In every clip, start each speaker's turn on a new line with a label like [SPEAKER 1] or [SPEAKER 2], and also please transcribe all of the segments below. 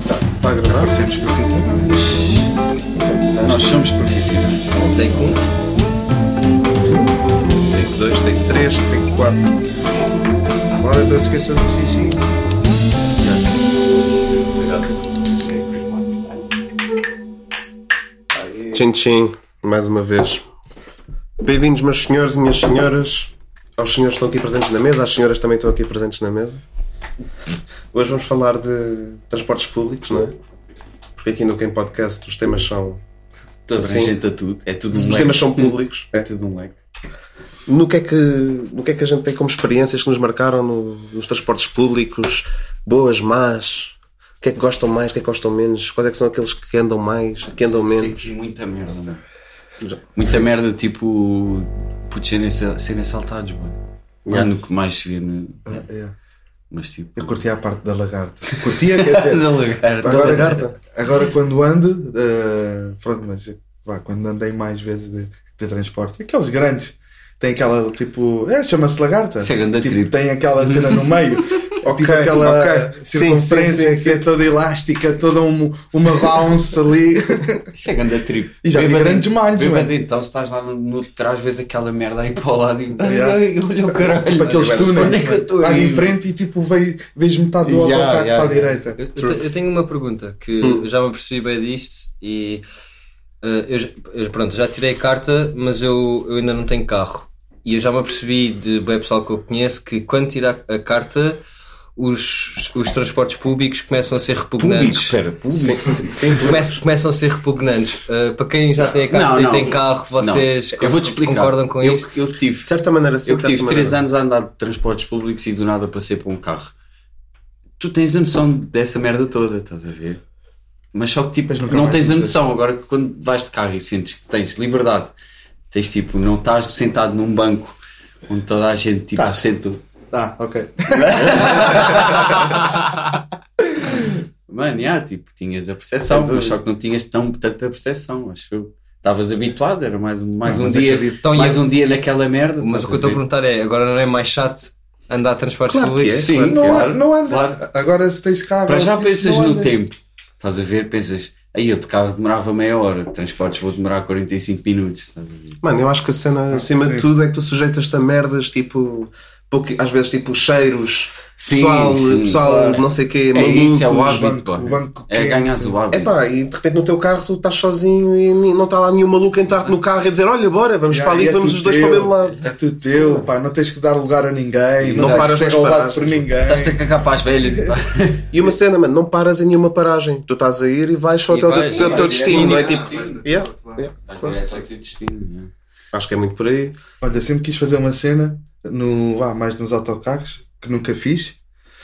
[SPEAKER 1] Está a gravar?
[SPEAKER 2] Parecemos profissionais. Nós
[SPEAKER 1] Fantástico.
[SPEAKER 2] somos profissionais.
[SPEAKER 1] Tem um.
[SPEAKER 2] Take 2, take 3, take 4.
[SPEAKER 3] Agora não esqueçam do xixi.
[SPEAKER 1] Tchim tchim, mais uma vez. Bem-vindos, meus senhores e minhas senhoras. Aos senhores que estão aqui presentes na mesa, às senhoras que também estão aqui presentes na mesa. Hoje vamos falar de transportes públicos, não é? Porque aqui no Quem Podcast os temas são.
[SPEAKER 2] Toda
[SPEAKER 1] Sim.
[SPEAKER 2] gente a tudo. É tudo um
[SPEAKER 1] Os
[SPEAKER 2] leque.
[SPEAKER 1] temas são públicos.
[SPEAKER 2] É tudo um leque.
[SPEAKER 1] No que, é que, no que é que a gente tem como experiências que nos marcaram no- nos transportes públicos? Boas, más? O que é que gostam mais? O que é que gostam menos? Quais é que são aqueles que andam mais? Que andam menos?
[SPEAKER 2] Sempre muita merda, mano.
[SPEAKER 1] Já.
[SPEAKER 2] Muita merda, tipo. Putz, serem assa- serem assaltados, mano.
[SPEAKER 1] Yeah.
[SPEAKER 2] É no que mais se vê, né?
[SPEAKER 3] Ah, é.
[SPEAKER 2] mas tipo.
[SPEAKER 3] Eu curti a parte da lagarta. Curtia, quer dizer.
[SPEAKER 2] Da lagarta.
[SPEAKER 3] agora,
[SPEAKER 1] lagarta?
[SPEAKER 3] agora quando ando. eh, pronto, mas vá, quando andei mais vezes de, de transporte. Aqueles grandes. Tem aquela tipo. É, chama-se lagarta.
[SPEAKER 2] Isso é grande
[SPEAKER 3] tipo,
[SPEAKER 2] trip.
[SPEAKER 3] tem aquela cena no meio.
[SPEAKER 1] Ok,
[SPEAKER 3] tipo aquela
[SPEAKER 1] ok. Sim,
[SPEAKER 3] circunferência
[SPEAKER 1] sim, sim,
[SPEAKER 3] que é toda elástica, toda um- uma bounce ali.
[SPEAKER 2] Isso é grande trip.
[SPEAKER 3] E já vi grandes mandos,
[SPEAKER 2] mano.
[SPEAKER 3] mano.
[SPEAKER 2] então, se estás lá no, no trás, vês aquela merda aí para o lado e.
[SPEAKER 3] Ah, Yeah.
[SPEAKER 2] Ai, olha o caralho.
[SPEAKER 3] Tipo aqueles
[SPEAKER 2] Olha,
[SPEAKER 3] túneis.
[SPEAKER 2] Onde é que eu estou?
[SPEAKER 3] Vais
[SPEAKER 2] aí,
[SPEAKER 3] em frente e tipo veio- vês metade do
[SPEAKER 2] Yeah,
[SPEAKER 3] autocarro
[SPEAKER 2] yeah,
[SPEAKER 3] para
[SPEAKER 2] yeah.
[SPEAKER 3] a direita.
[SPEAKER 4] Eu, eu te- eu tenho uma pergunta que
[SPEAKER 2] Hum.
[SPEAKER 4] eu já me apercebi bem disto e eh, eu, já- eu- pronto, já tirei a carta, mas eu, eu ainda não tenho carro. E eu já me apercebi de bem pessoal que eu conheço que quando tirar a carta os, os transportes públicos começam a ser
[SPEAKER 2] Público,
[SPEAKER 4] repugnantes.
[SPEAKER 2] espera, público.
[SPEAKER 1] Sim, sim, sim.
[SPEAKER 4] Come- começam a ser repugnantes. Eh, para quem já tem a carta
[SPEAKER 2] Não,
[SPEAKER 4] e
[SPEAKER 2] não.
[SPEAKER 4] tem carro, vocês
[SPEAKER 2] Não. Eu vou-te explicar.
[SPEAKER 4] concordam com
[SPEAKER 2] eu,
[SPEAKER 4] isto?
[SPEAKER 2] Eu tive,
[SPEAKER 1] De certa maneira, sim.
[SPEAKER 2] eu
[SPEAKER 1] de
[SPEAKER 2] que
[SPEAKER 1] certa
[SPEAKER 2] tive 3
[SPEAKER 1] maneira.
[SPEAKER 2] anos a andar de transportes públicos e do nada passei para um carro. Tu tens a noção dessa merda toda, estás a ver? Mas só que tipo,
[SPEAKER 3] Mas nunca
[SPEAKER 2] não
[SPEAKER 3] mais
[SPEAKER 2] tens a
[SPEAKER 3] fizeste.
[SPEAKER 2] noção. Agora, quando vais de carro e sentes que tens liberdade, tens tipo, não estás sentado num banco onde toda a gente tipo,
[SPEAKER 3] Tá.
[SPEAKER 2] se senta.
[SPEAKER 3] Ah, ok.
[SPEAKER 2] Mano, já, tipo, tinhas a percepção, mas só que não tinhas tão, tanta percepção, acho eu. Estavas habituado, era mais, um- mais
[SPEAKER 3] Não,
[SPEAKER 2] um
[SPEAKER 3] mas
[SPEAKER 2] dia,
[SPEAKER 3] acredito.
[SPEAKER 4] Então,
[SPEAKER 2] mais
[SPEAKER 4] e-
[SPEAKER 2] um dia naquela merda.
[SPEAKER 4] Mas
[SPEAKER 2] estás
[SPEAKER 4] o que eu
[SPEAKER 2] a
[SPEAKER 4] estou a
[SPEAKER 2] ver?
[SPEAKER 4] perguntar é, agora não é mais chato andar de transportes
[SPEAKER 1] Claro que
[SPEAKER 4] públicos?
[SPEAKER 1] é.
[SPEAKER 2] Sim,
[SPEAKER 3] Não,
[SPEAKER 2] claro.
[SPEAKER 3] não anda.
[SPEAKER 2] Claro.
[SPEAKER 3] Agora se tens carro.
[SPEAKER 2] Para já
[SPEAKER 3] se- se
[SPEAKER 2] pensas
[SPEAKER 3] não
[SPEAKER 2] no
[SPEAKER 3] andas-
[SPEAKER 2] tempo. Estás a ver? Pensas, aí eu de carro demorava meia hora, de transportes vou demorar 45 minutos. estás a ver?
[SPEAKER 1] Mano, eu acho que a
[SPEAKER 2] Ah,
[SPEAKER 1] cena, acima
[SPEAKER 3] sim.
[SPEAKER 1] de tudo, é que tu sujeitas-te a merdas, tipo... pouco- às vezes, tipo, cheiros.
[SPEAKER 2] Sim,
[SPEAKER 1] pessoal,
[SPEAKER 2] sim,
[SPEAKER 1] pessoal
[SPEAKER 3] claro.
[SPEAKER 1] não sei quê,
[SPEAKER 2] É isso, é o
[SPEAKER 1] malucos.
[SPEAKER 2] hábito,
[SPEAKER 3] banco-
[SPEAKER 2] pá.
[SPEAKER 3] o banco
[SPEAKER 2] É
[SPEAKER 3] quente.
[SPEAKER 2] ganhas o hábito.
[SPEAKER 1] Epá, e de repente no teu carro tu estás sozinho e ni- não está lá nenhum maluco a entrar no carro e dizer olha, bora, vamos
[SPEAKER 3] Já,
[SPEAKER 1] para ali,
[SPEAKER 3] e é
[SPEAKER 1] vamos
[SPEAKER 3] tudo
[SPEAKER 1] os dois
[SPEAKER 3] teu,
[SPEAKER 1] para o mesmo lado.
[SPEAKER 3] É tudo teu, pá, não tens que dar lugar a ninguém, não,
[SPEAKER 1] Não paras
[SPEAKER 3] paras de ser
[SPEAKER 1] nas
[SPEAKER 3] roubado
[SPEAKER 1] paragens.
[SPEAKER 3] por ninguém.
[SPEAKER 2] Estás-te a cagar para as velhas. e é pá.
[SPEAKER 1] E uma cena, mano, não paras em nenhuma paragem. Tu estás a ir e vais só
[SPEAKER 4] E
[SPEAKER 1] até o
[SPEAKER 4] vais,
[SPEAKER 1] teu-
[SPEAKER 4] e
[SPEAKER 1] teu, teu
[SPEAKER 4] vais
[SPEAKER 1] destino,
[SPEAKER 4] direto.
[SPEAKER 1] não é tipo. Yeah, yeah.
[SPEAKER 2] Estás direto ao teu destino,
[SPEAKER 1] Acho que é muito por aí.
[SPEAKER 3] Olha, sempre quis fazer uma cena no, vá, mais nos autocarros, que nunca fiz,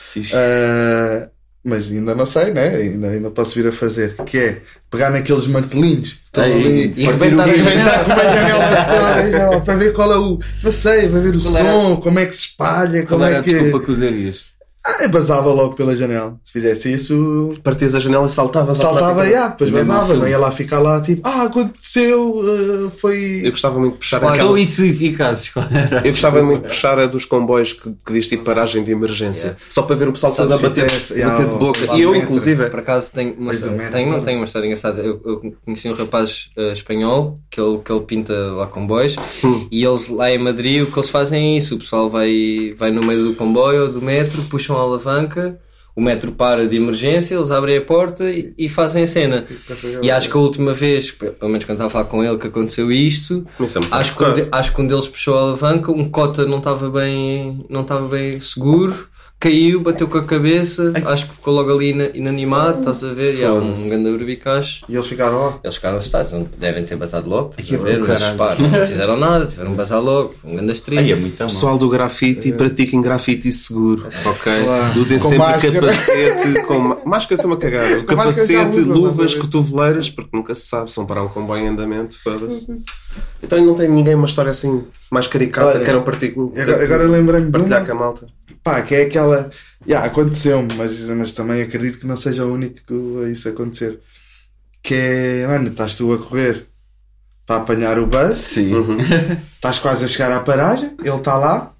[SPEAKER 2] é. Fixe.
[SPEAKER 3] ah, mas ainda não sei, né? Ainda, ainda posso vir a fazer, que é pegar naqueles martelinhos que estão
[SPEAKER 2] Aí,
[SPEAKER 3] ali.
[SPEAKER 2] partir
[SPEAKER 4] E
[SPEAKER 2] o
[SPEAKER 4] rebentar
[SPEAKER 2] vidro.
[SPEAKER 4] as janelas.
[SPEAKER 3] Tá com uma janela fora, e já, para ver qual é o. Não sei, para ver o
[SPEAKER 2] Qual era-
[SPEAKER 3] som, como é que se espalha,
[SPEAKER 2] Qual
[SPEAKER 3] como
[SPEAKER 2] era
[SPEAKER 3] é
[SPEAKER 2] a
[SPEAKER 3] que.
[SPEAKER 2] desculpa que usarias?
[SPEAKER 3] Ah, basava logo pela janela. Se fizesse isso,
[SPEAKER 1] Partias a janela e saltavas à
[SPEAKER 3] saltava e
[SPEAKER 1] prática.
[SPEAKER 3] ah, depois
[SPEAKER 2] Mesmo ao
[SPEAKER 3] basava,
[SPEAKER 2] filme.
[SPEAKER 3] não ia lá ficar lá tipo, ah, aconteceu, eh, foi.
[SPEAKER 1] Eu gostava muito de puxar
[SPEAKER 4] Olha,
[SPEAKER 1] aquela.
[SPEAKER 2] Então, e se ficasses? Qual era?
[SPEAKER 1] Eu gostava muito de puxar a dos comboios que, que diz tipo paragem de emergência. Só para ver o pessoal todo a
[SPEAKER 3] Sabes,
[SPEAKER 1] bater,
[SPEAKER 3] tipo, esse, yeah,
[SPEAKER 1] bater de
[SPEAKER 3] o-
[SPEAKER 1] boca.
[SPEAKER 3] lá
[SPEAKER 1] E eu,
[SPEAKER 3] dentro.
[SPEAKER 1] inclusive.
[SPEAKER 4] Por acaso tenho uma,
[SPEAKER 3] Mais ou menos.
[SPEAKER 4] tenho, não tenho uma história engraçada. Eu, eu conheci um rapaz eh, espanhol que ele, que ele pinta lá comboios e eles lá em Madrid o que eles fazem é isso: o pessoal vai, vai no meio do comboio ou do metro, puxam a alavanca. O metro para de emergência, eles abrem a porta e, e fazem a cena. E acho que a última vez, pelo menos quando estava a falar com ele, que aconteceu isto,
[SPEAKER 1] Isso é muito
[SPEAKER 4] acho que, um de- acho que um deles puxou a alavanca, um cota não estava bem, não estava bem seguro, caiu, bateu com a cabeça, acho que ficou logo ali ina- inanimado, estás a ver? E há um
[SPEAKER 1] Foda-se.
[SPEAKER 4] grande urbicacho.
[SPEAKER 3] E eles ficaram, "Oh." ó,
[SPEAKER 4] Eles ficaram assustados, não devem ter basado logo, estás a
[SPEAKER 2] Ai,
[SPEAKER 4] ver?
[SPEAKER 2] eu,
[SPEAKER 4] Mas
[SPEAKER 2] caralho.
[SPEAKER 4] pá, não fizeram nada, tiveram basado logo, um grande
[SPEAKER 2] Aí é
[SPEAKER 4] estria.
[SPEAKER 2] muito mal.
[SPEAKER 1] Pessoal do grafite, pratiquem grafite seguro, ok?
[SPEAKER 3] É. Claro.
[SPEAKER 1] Usem
[SPEAKER 3] Com
[SPEAKER 1] sempre
[SPEAKER 3] máscara.
[SPEAKER 1] capacete, com ma- máscara estou-me a cagar, O
[SPEAKER 3] Com máscara já
[SPEAKER 1] capacete,
[SPEAKER 3] usa,
[SPEAKER 1] luvas,
[SPEAKER 3] mas é-
[SPEAKER 1] cotoveleiras, porque nunca se sabe, são para um comboio em andamento, foda-se. Então não tem ninguém uma história assim mais caricata,
[SPEAKER 3] Olha,
[SPEAKER 1] que eram particular.
[SPEAKER 3] agora, agora lembrei-me de um
[SPEAKER 1] Partilhar com
[SPEAKER 3] uma,
[SPEAKER 1] a malta.
[SPEAKER 3] pá, que é aquela, já, aconteceu-me, mas, mas também acredito que não seja o único a isso acontecer, que é, mano, estás tu a correr para apanhar o bus,
[SPEAKER 2] Sim.
[SPEAKER 3] estás quase a chegar à paragem, ele está lá,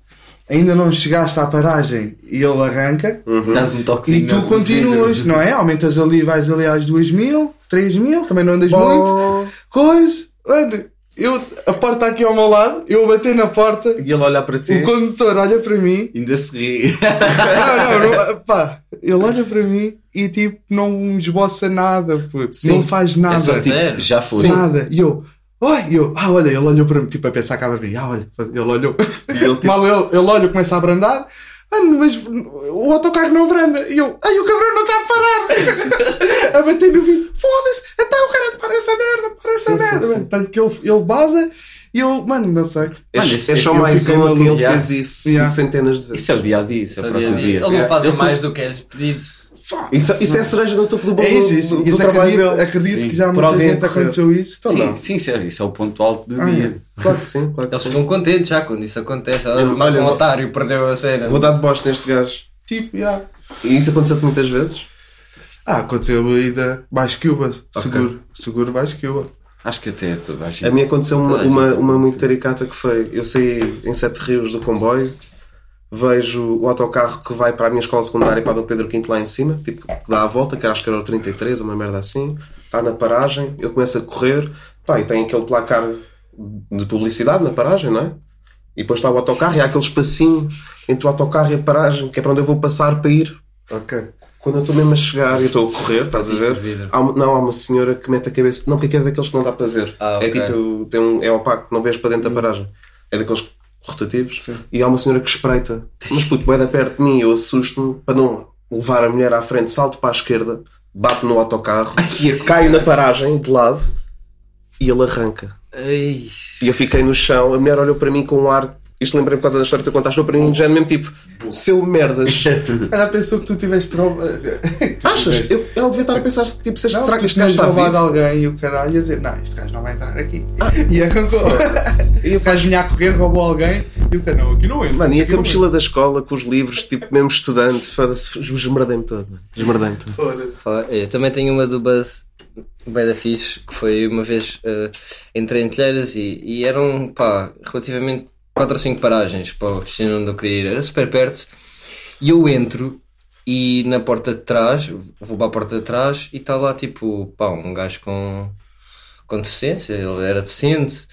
[SPEAKER 3] ainda não chegaste à paragem e ele arranca
[SPEAKER 2] Dás um toquezinho.
[SPEAKER 3] e tu
[SPEAKER 2] ao-
[SPEAKER 3] continuas, não é? Aumentas ali, vais ali às 2 mil, 3 mil, também não andas muito. Coisa, mano, eu, a porta está aqui ao meu lado, eu bater na porta,
[SPEAKER 1] E ele olhar para ti.
[SPEAKER 3] o condutor olha para mim,
[SPEAKER 2] Ainda se ri.
[SPEAKER 3] não, não, não, pá, ele olha para mim e tipo, não esboça nada, puto,
[SPEAKER 2] Sim.
[SPEAKER 3] não faz nada.
[SPEAKER 2] É só tipo,
[SPEAKER 4] Sério?
[SPEAKER 2] já
[SPEAKER 3] Sim.
[SPEAKER 2] foste.
[SPEAKER 3] Nada. E eu, oi, e eu, ah, olha, ele olhou para mim, tipo, a pensar cá para mim, ah, olha, ele olhou. Mal ele, ele olha, começa a abrandar, mano, mas o autocarro não abranda. E eu, ai, o cabrão não está a parar. a bater no vidro, foda-se, então o cara para essa merda, para essa
[SPEAKER 1] Sim, sim,
[SPEAKER 3] merda.
[SPEAKER 1] sim.
[SPEAKER 3] mano. Tanto que ele, ele baza e eu, mano, não sei.
[SPEAKER 1] É,
[SPEAKER 2] Mano,
[SPEAKER 1] é
[SPEAKER 2] esse-
[SPEAKER 1] só
[SPEAKER 2] eu
[SPEAKER 1] mais
[SPEAKER 2] fiquei
[SPEAKER 1] uma que ele
[SPEAKER 2] maluco, já.
[SPEAKER 1] fez isso
[SPEAKER 3] Yeah.
[SPEAKER 1] centenas de vezes.
[SPEAKER 2] Isso é o dia a dia, isso é o
[SPEAKER 4] Sabia
[SPEAKER 2] próprio
[SPEAKER 4] disso.
[SPEAKER 2] dia.
[SPEAKER 4] Eles não fazem
[SPEAKER 1] Eu-
[SPEAKER 4] mais do que eles pedidos.
[SPEAKER 1] Isso, isso é cereja no topo do bolo
[SPEAKER 3] É isso, isso,
[SPEAKER 1] do, do
[SPEAKER 3] isso
[SPEAKER 1] trabalho
[SPEAKER 3] acredito,
[SPEAKER 1] dele.
[SPEAKER 3] acredito
[SPEAKER 2] Sim.
[SPEAKER 3] que já há
[SPEAKER 1] Por
[SPEAKER 3] muita
[SPEAKER 1] alguém
[SPEAKER 3] gente
[SPEAKER 1] correr.
[SPEAKER 3] aconteceu isso.
[SPEAKER 1] Então
[SPEAKER 2] Sim,
[SPEAKER 1] não.
[SPEAKER 2] sim, sério, isso é o ponto alto do
[SPEAKER 3] Ah,
[SPEAKER 2] dia.
[SPEAKER 1] Claro que sim, claro que
[SPEAKER 4] Eles
[SPEAKER 1] sim.
[SPEAKER 4] ficam contentes já quando isso acontece. Olha,
[SPEAKER 1] Eu-
[SPEAKER 4] mais
[SPEAKER 1] olha,
[SPEAKER 4] um
[SPEAKER 1] vou-
[SPEAKER 4] otário perdeu a cena.
[SPEAKER 1] Vou dar de bosta neste gajo.
[SPEAKER 3] Tipo, já.
[SPEAKER 1] E isso aconteceu-te muitas vezes?
[SPEAKER 3] Ah, aconteceu aí da Baixo Cuba, seguro, seguro Baixo Cuba.
[SPEAKER 2] Acho que até é toda a gente.
[SPEAKER 1] A mim aconteceu uma,
[SPEAKER 2] Toda a gente
[SPEAKER 1] uma, uma
[SPEAKER 2] acontece.
[SPEAKER 1] muito caricata que foi: eu saí em Sete Rios do comboio, vejo o autocarro que vai para a minha escola secundária para a Dom Pedro V lá em cima, tipo, que dá a volta, que acho que era o 33, uma merda assim, está na paragem, eu começo a correr, pá, e tem aquele placar de publicidade na paragem, não é? E depois está o autocarro e há aquele espacinho entre o autocarro e a paragem, que é para onde eu vou passar para ir
[SPEAKER 3] Ok.
[SPEAKER 1] Quando eu estou mesmo a chegar e eu estou a correr, estás a
[SPEAKER 4] Viste
[SPEAKER 1] ver?
[SPEAKER 4] o vidro.
[SPEAKER 1] Há uma- não, há uma senhora que mete a cabeça. Não, porque é daqueles que não dá para ver.
[SPEAKER 4] Ah,
[SPEAKER 1] É
[SPEAKER 4] ok. Hum.
[SPEAKER 1] tipo, tem um, é opaco, não vês para dentro da paragem. É daqueles rotativos.
[SPEAKER 3] Sim.
[SPEAKER 1] E há uma senhora que espreita. Mas puto, bué da perto de mim, eu assusto-me para não levar a mulher à frente, salto para a esquerda, bato no autocarro, caio na paragem de lado e ele arranca.
[SPEAKER 4] Ei,
[SPEAKER 1] E eu fiquei no chão, a mulher olhou para mim com um ar. Isto lembrei por causa da história que tu contaste, olhou para mim de género mesmo tipo, seu merdas.
[SPEAKER 3] Ela pensou que tu tiveste roubo. que tu
[SPEAKER 1] Achas?
[SPEAKER 3] tiveste-
[SPEAKER 1] Eu, ela devia estar a pensar, tipo, se-
[SPEAKER 3] Não,
[SPEAKER 1] será que
[SPEAKER 3] tu
[SPEAKER 1] este gajo
[SPEAKER 3] tinhas
[SPEAKER 1] está
[SPEAKER 3] roubado
[SPEAKER 1] vivo?
[SPEAKER 3] alguém e o caralho ia dizer, não, este gajo não vai entrar aqui. E arrancou. E o gajo vinha a correr, roubou alguém e o cara, não, aqui não entra.
[SPEAKER 1] Mano, ia
[SPEAKER 3] aqui
[SPEAKER 1] com a
[SPEAKER 3] não
[SPEAKER 1] mochila da escola, com os livros, tipo, mesmo estudante, foda-se, esmerdei-me todo, mano. Esmerdei-me todo.
[SPEAKER 3] entra." Foda-se.
[SPEAKER 4] Fala- Eu também tenho uma do Buzz bem da fixe, que foi uma vez eh, entrei em telheiras e, e eram pá, relativamente 4 ou 5 paragens para o destino onde eu queria ir, era super perto. E eu entro e na porta de trás, vou para a porta de trás e está lá tipo pá, um gajo com, com deficiência, ele era deficiente,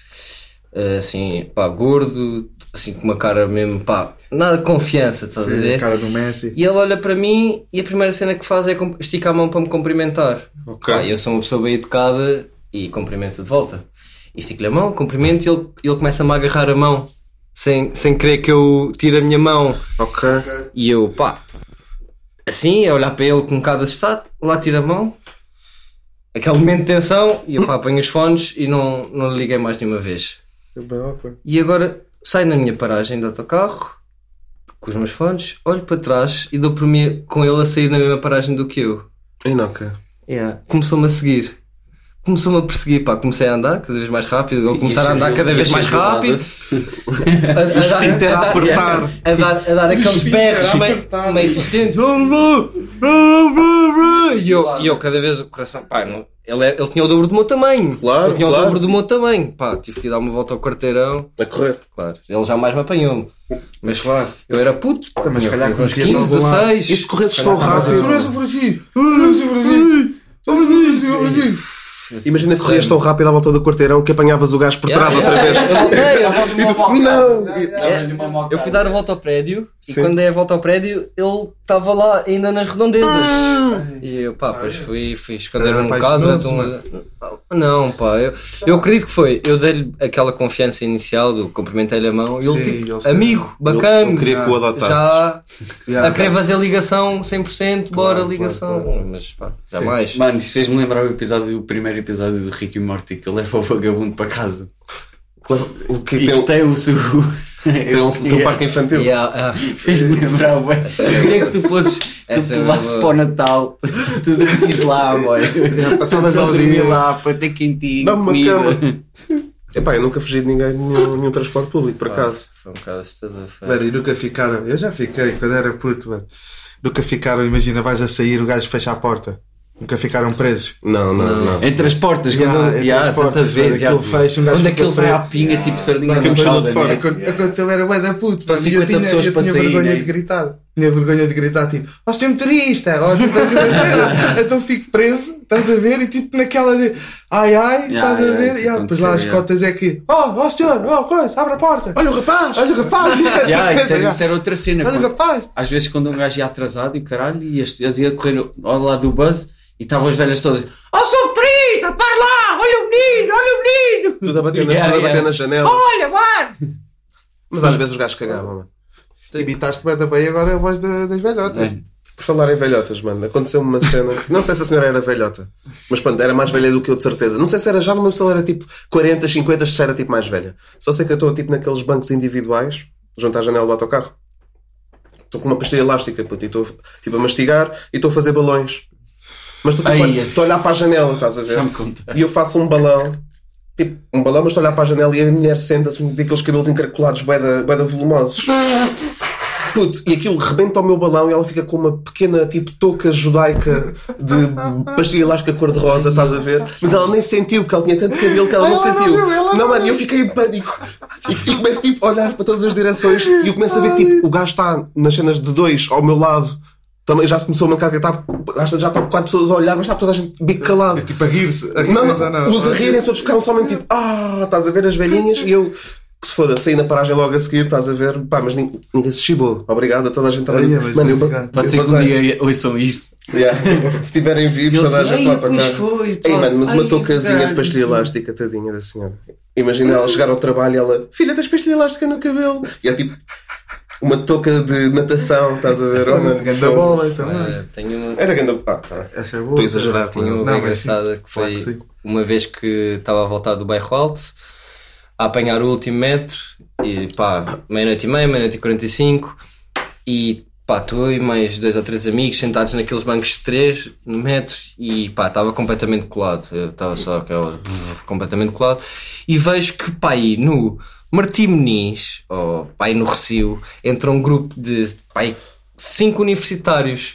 [SPEAKER 4] eh, assim pá, gordo, assim com uma cara mesmo pá, nada de confiança, estás a ver?
[SPEAKER 3] A cara do Messi.
[SPEAKER 4] E ele olha para mim e a primeira cena que faz é com- esticar a mão para me cumprimentar.
[SPEAKER 1] Ok.
[SPEAKER 4] Pá, eu sou uma pessoa bem educada e cumprimento de volta. E estico-lhe a mão, cumprimento e ele, ele começa-me a agarrar a mão sem, sem querer que eu tire a minha mão.
[SPEAKER 1] Ok.
[SPEAKER 4] E eu, pá, assim, a olhar para ele com um bocado assustado, lá tira a mão, aquele momento de tensão, e eu, pá, apanho os fones e não, não lhe liguei mais nenhuma vez.
[SPEAKER 3] É bem awkward.
[SPEAKER 4] E agora saio na minha paragem do autocarro com os meus fones, olho para trás e dou por mim com ele a sair na mesma paragem do que eu.
[SPEAKER 1] Ainda ok.
[SPEAKER 4] Yeah. Começou-me a seguir. Começou-me a perseguir, pá. Comecei a andar cada vez mais rápido. Ele começar a
[SPEAKER 1] é
[SPEAKER 4] andar cada vez mais rápido. A, a, dar-
[SPEAKER 1] esfíncter a
[SPEAKER 4] dar-
[SPEAKER 1] apertar.
[SPEAKER 4] a dar, a dar aqueles
[SPEAKER 3] esfíncter
[SPEAKER 4] berros
[SPEAKER 3] a
[SPEAKER 4] meio,
[SPEAKER 3] apertar.
[SPEAKER 4] meio distante. E eu, e eu cada vez o coração, pá, não- ele, é- ele tinha o dobro do meu tamanho.
[SPEAKER 1] Claro,
[SPEAKER 4] ele tinha
[SPEAKER 1] claro.
[SPEAKER 4] o dobro do meu tamanho. Pá, tive que dar uma volta ao quarteirão.
[SPEAKER 1] A correr.
[SPEAKER 4] Claro, ele jamais me apanhou. Mas
[SPEAKER 3] Claro. Então,
[SPEAKER 4] eu era puto, pá,
[SPEAKER 3] Mas se
[SPEAKER 4] tinha
[SPEAKER 3] calhar
[SPEAKER 4] uns
[SPEAKER 3] conhecia de
[SPEAKER 4] 15,
[SPEAKER 3] algum lado.
[SPEAKER 4] 16.
[SPEAKER 1] E se corresses tão rápido?
[SPEAKER 3] Ah, Tu não és o Francisco. Tu não és o Francisco. Tu não és o Francisco.
[SPEAKER 1] Imagina que corrias tão rápido à volta do quarteirão que apanhavas o gajo por trás outra vez.
[SPEAKER 4] Eu voltei,
[SPEAKER 1] E tu, não! E-
[SPEAKER 4] Eu, eu fui dar a volta ao prédio e
[SPEAKER 1] Sim.
[SPEAKER 4] quando dei a volta ao prédio ele estava lá ainda nas redondezas.
[SPEAKER 3] Ah!
[SPEAKER 4] E eu pá, pois fui, fui esconder
[SPEAKER 3] é. Era
[SPEAKER 4] um bocado.
[SPEAKER 3] apaixonou-se,
[SPEAKER 4] então,
[SPEAKER 3] é?
[SPEAKER 4] Não, pá, eu, eu acredito que foi. Eu dei-lhe aquela confiança inicial do cumprimentei-lhe a mão e ele
[SPEAKER 3] Sim,
[SPEAKER 4] tipo,
[SPEAKER 3] ele se- Ah.
[SPEAKER 4] amigo,
[SPEAKER 1] Eu,
[SPEAKER 4] bacana.
[SPEAKER 1] eu queria que o adotasses.
[SPEAKER 4] já
[SPEAKER 3] Yeah.
[SPEAKER 4] a querer fazer ligação 100%, bora
[SPEAKER 3] claro,
[SPEAKER 4] ligação.
[SPEAKER 3] claro.
[SPEAKER 4] Mas pá, jamais.
[SPEAKER 2] Mano, isso fez-me lembrar o episódio, o primeiro episódio do Rick e Morty que ele leva o vagabundo para casa.
[SPEAKER 1] O que
[SPEAKER 2] E
[SPEAKER 1] tem, um
[SPEAKER 2] tem, tem um o seu.
[SPEAKER 1] tem um, tem um parque infantil.
[SPEAKER 4] Yeah, ah.
[SPEAKER 2] Fez-me lembrar, boy. Eu queria é que tu fosses. Que
[SPEAKER 4] Essa
[SPEAKER 2] tu
[SPEAKER 4] é
[SPEAKER 2] levasses
[SPEAKER 4] boa.
[SPEAKER 2] para o Natal. Tu dormias lá, boy.
[SPEAKER 3] Passavas
[SPEAKER 2] Tu
[SPEAKER 3] lá o
[SPEAKER 2] dormia
[SPEAKER 3] dia.
[SPEAKER 2] lá para ter quentinho.
[SPEAKER 1] Dá-me uma
[SPEAKER 2] comida.
[SPEAKER 1] cama. Epá, eu nunca fugi de ninguém de nenhum, nenhum transporte público, por acaso.
[SPEAKER 4] Foi um bocado assustador. foi.
[SPEAKER 3] Mano, e nunca ficaram. Eu já fiquei quando era puto, mano. Nunca ficaram, imagina, vais a sair, o gajo fecha a porta. Nunca ficaram presos.
[SPEAKER 1] Não, não, não.
[SPEAKER 2] Entre as portas,
[SPEAKER 3] Yeah,
[SPEAKER 2] quando
[SPEAKER 3] entre
[SPEAKER 2] yeah,
[SPEAKER 3] as portas,
[SPEAKER 2] tanta vez.
[SPEAKER 3] quando aquilo
[SPEAKER 2] yeah.
[SPEAKER 3] fecha, um gajo
[SPEAKER 2] quando
[SPEAKER 3] fica
[SPEAKER 2] aquilo é vai
[SPEAKER 3] preso.
[SPEAKER 2] à pinha, tipo sardinha
[SPEAKER 3] Dá
[SPEAKER 2] na
[SPEAKER 3] aquele
[SPEAKER 2] mochada.
[SPEAKER 3] fora.
[SPEAKER 2] né?
[SPEAKER 3] Aconte- é Aconteceu, era bué da puto.
[SPEAKER 2] Para
[SPEAKER 3] mano, e
[SPEAKER 2] 50 pessoas
[SPEAKER 3] eu
[SPEAKER 2] para
[SPEAKER 3] tinha
[SPEAKER 2] sair,
[SPEAKER 3] vergonha
[SPEAKER 2] né?
[SPEAKER 3] de gritar. Tinha vergonha de gritar, tipo, ó, senhor motorista, ó, senhor cena. Então fico preso, estás a ver? E tipo naquela de, ai ai,
[SPEAKER 2] Yeah,
[SPEAKER 3] estás a
[SPEAKER 2] yeah,
[SPEAKER 3] ver?
[SPEAKER 2] isso
[SPEAKER 3] E, ah, Depois lá as
[SPEAKER 2] aconteceu, yeah.
[SPEAKER 3] cotas é que, ó, ó senhor, ó, coisa, abre a porta.
[SPEAKER 1] Olha o rapaz!
[SPEAKER 3] Olha o rapaz.
[SPEAKER 2] Yeah, isso, é era,
[SPEAKER 3] Yeah.
[SPEAKER 2] isso era outra cena.
[SPEAKER 3] Olha o
[SPEAKER 2] quando-
[SPEAKER 3] rapaz.
[SPEAKER 2] Às vezes quando um gajo ia atrasado e caralho, e este- eles iam correr ao lado do buzz e estavam as velhas todas. Oh, sou perista, para lá! Olha o menino, olha o menino!
[SPEAKER 1] Tudo a bater, na,
[SPEAKER 2] Yeah,
[SPEAKER 1] tudo a bater
[SPEAKER 2] yeah.
[SPEAKER 1] na janela.
[SPEAKER 2] Olha, mano!
[SPEAKER 1] Mas às vezes os gajos cagavam, mano.
[SPEAKER 3] Imitaste bué da bem agora a voz da- das velhotas.
[SPEAKER 1] Por falar em velhotas, mano, aconteceu-me uma cena. Não sei se a senhora era velhota, mas pronto, era mais velha do que eu de certeza. Não sei se era já, não lembro se ela era tipo 40, 50, se era tipo mais velha. Só sei que eu estou tipo naqueles bancos individuais, junto à janela do autocarro. Estou com uma pastilha elástica, puto, e estou tipo a mastigar e estou a fazer balões. Mas estou tipo,
[SPEAKER 2] Ai,
[SPEAKER 1] a-
[SPEAKER 2] esse-
[SPEAKER 1] estou a olhar para a janela, estás a ver?
[SPEAKER 2] Já me contaste.
[SPEAKER 1] E eu faço um balão, tipo, um balão, mas estou a olhar para a janela e a mulher senta-se, tem aqueles cabelos encaracolados, boeda, boeda volumosos. Puto, e aquilo rebenta o meu balão e ela fica com uma pequena, tipo, touca judaica de pastilha elástica cor-de-rosa, estás a ver? Mas ela nem sentiu, porque ela tinha tanto cabelo que ela não
[SPEAKER 3] Ela não
[SPEAKER 1] sentiu.
[SPEAKER 3] viu, ela
[SPEAKER 1] Não,
[SPEAKER 3] não
[SPEAKER 1] mano, eu fiquei em pânico. E, e começo, tipo, a olhar para todas as direções e eu começo a ver que, tipo, o gajo está nas cenas de dois ao meu lado. Também já se começou a mancar, que está, acho que já está quatro pessoas a olhar, mas está toda a gente bico calado.
[SPEAKER 3] Tipo a rir-se. a
[SPEAKER 1] Não,
[SPEAKER 3] rir-se,
[SPEAKER 1] não, os a rirem, outros ficaram somente tipo, ah, estás a ver as velhinhas? E eu, que se foda, saí na paragem logo a seguir, estás a ver, pá, mas nin- ninguém se chibou. Obrigado a toda a gente. Estava a dizer,
[SPEAKER 3] Olha, é, mas
[SPEAKER 1] Mano, eu,
[SPEAKER 3] mas, cara,
[SPEAKER 2] Pode ser
[SPEAKER 1] eu
[SPEAKER 2] que um
[SPEAKER 1] passei."
[SPEAKER 4] é.
[SPEAKER 2] dia ouçam isto.
[SPEAKER 1] Yeah. Se tiverem vivos,
[SPEAKER 2] Eles,
[SPEAKER 1] toda a gente
[SPEAKER 2] "Ei,
[SPEAKER 1] lá para
[SPEAKER 2] pois
[SPEAKER 1] casa."
[SPEAKER 2] foi,
[SPEAKER 1] Ei,
[SPEAKER 2] pá.
[SPEAKER 1] mano, mas uma
[SPEAKER 2] Ai,
[SPEAKER 1] toucazinha de
[SPEAKER 2] caralho.
[SPEAKER 1] pastilha elástica, tadinha da senhora. Imagina ela chegar ao trabalho e ela, filha, tens pastilha elástica no cabelo. E é tipo, uma touca de natação, estás a ver? Oh, mano,
[SPEAKER 3] Ganda bola,
[SPEAKER 1] foda-se.
[SPEAKER 3] então.
[SPEAKER 4] Olha, tenho uma,
[SPEAKER 1] Era grande. Ah, tá.
[SPEAKER 3] Essa é
[SPEAKER 1] Estou
[SPEAKER 3] boa.
[SPEAKER 1] a exagerar,
[SPEAKER 4] é. Tinha
[SPEAKER 1] claro.
[SPEAKER 4] uma
[SPEAKER 3] Não,
[SPEAKER 4] bem
[SPEAKER 3] mas sim,
[SPEAKER 4] engraçada que
[SPEAKER 3] claro
[SPEAKER 4] foi
[SPEAKER 3] que sim.
[SPEAKER 4] uma vez que estava a voltar do bairro alto a apanhar o último metro e pá, meia-noite e meia, meia-noite e 45 e pá, tu e mais dois ou três amigos sentados naqueles bancos de três no metro e pá, estava completamente colado, eu estava só aquela bzz, completamente colado e vejo que pá, aí no Martim Moniz, ou pá, aí no Recio, entra um grupo de pá, aí cinco universitários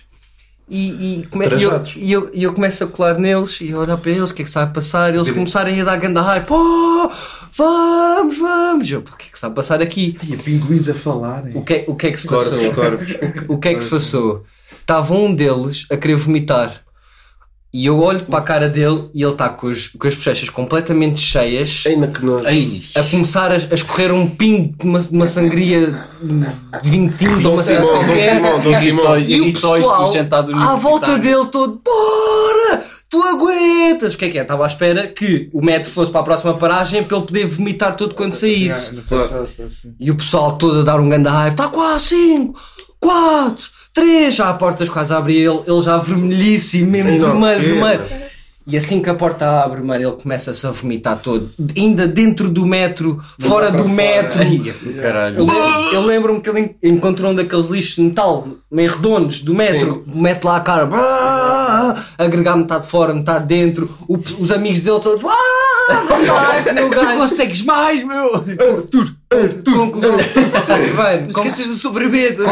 [SPEAKER 4] e, e, come- e eu,
[SPEAKER 1] Trajados.
[SPEAKER 4] e, eu, e eu começo a colar neles e eu olhar para eles, o que é que está a passar? Eles começarem a dar ganda hype, oh, vamos, vamos! Eu, o que é que está a passar aqui?
[SPEAKER 3] E pinguins a falarem.
[SPEAKER 4] O que, o que é que se passou?
[SPEAKER 1] Corvos, corvos.
[SPEAKER 4] O que é que se passou? Estava um deles a querer vomitar e eu olho para a cara dele e ele está com, os- com as bochechas completamente cheias
[SPEAKER 1] Ainda que nós.
[SPEAKER 2] Ei,
[SPEAKER 4] a começar a, a escorrer um pingo de uma, de uma sangria de vinho tinto ou uma cena
[SPEAKER 1] Simão, Dom
[SPEAKER 4] qualquer.
[SPEAKER 1] Simão, Dom
[SPEAKER 2] E
[SPEAKER 1] Simão.
[SPEAKER 2] é só-
[SPEAKER 4] E o
[SPEAKER 2] e só
[SPEAKER 4] pessoal,
[SPEAKER 2] escorrentado
[SPEAKER 4] à volta dele todo, bora, tu aguentas. O que é que é? Estava à espera que o metro fosse para a próxima paragem para ele poder vomitar tudo quando saísse. E o pessoal todo a dar um ganda hype, está quase 5, 4, 3, já a porta quase a abrir, ele, ele já vermelhíssimo, mesmo
[SPEAKER 1] Não,
[SPEAKER 4] vermelho,
[SPEAKER 1] que é,
[SPEAKER 4] vermelho. E assim que a porta abre, mano, ele começa-se a vomitar todo, ainda dentro do metro, fora do metro.
[SPEAKER 2] né? Ei,
[SPEAKER 4] Eu,
[SPEAKER 2] é caralho.
[SPEAKER 4] lembro- eu lembro-me que ele encontrou um daqueles lixos de metal meio redondos do metro, mete lá a cara, brá, agregar metade fora, metade dentro, o- os amigos dele só. Tu consegues mais, meu! Arthur! Arthur! Conclusão, Mano, con-
[SPEAKER 2] Esqueces da sobremesa.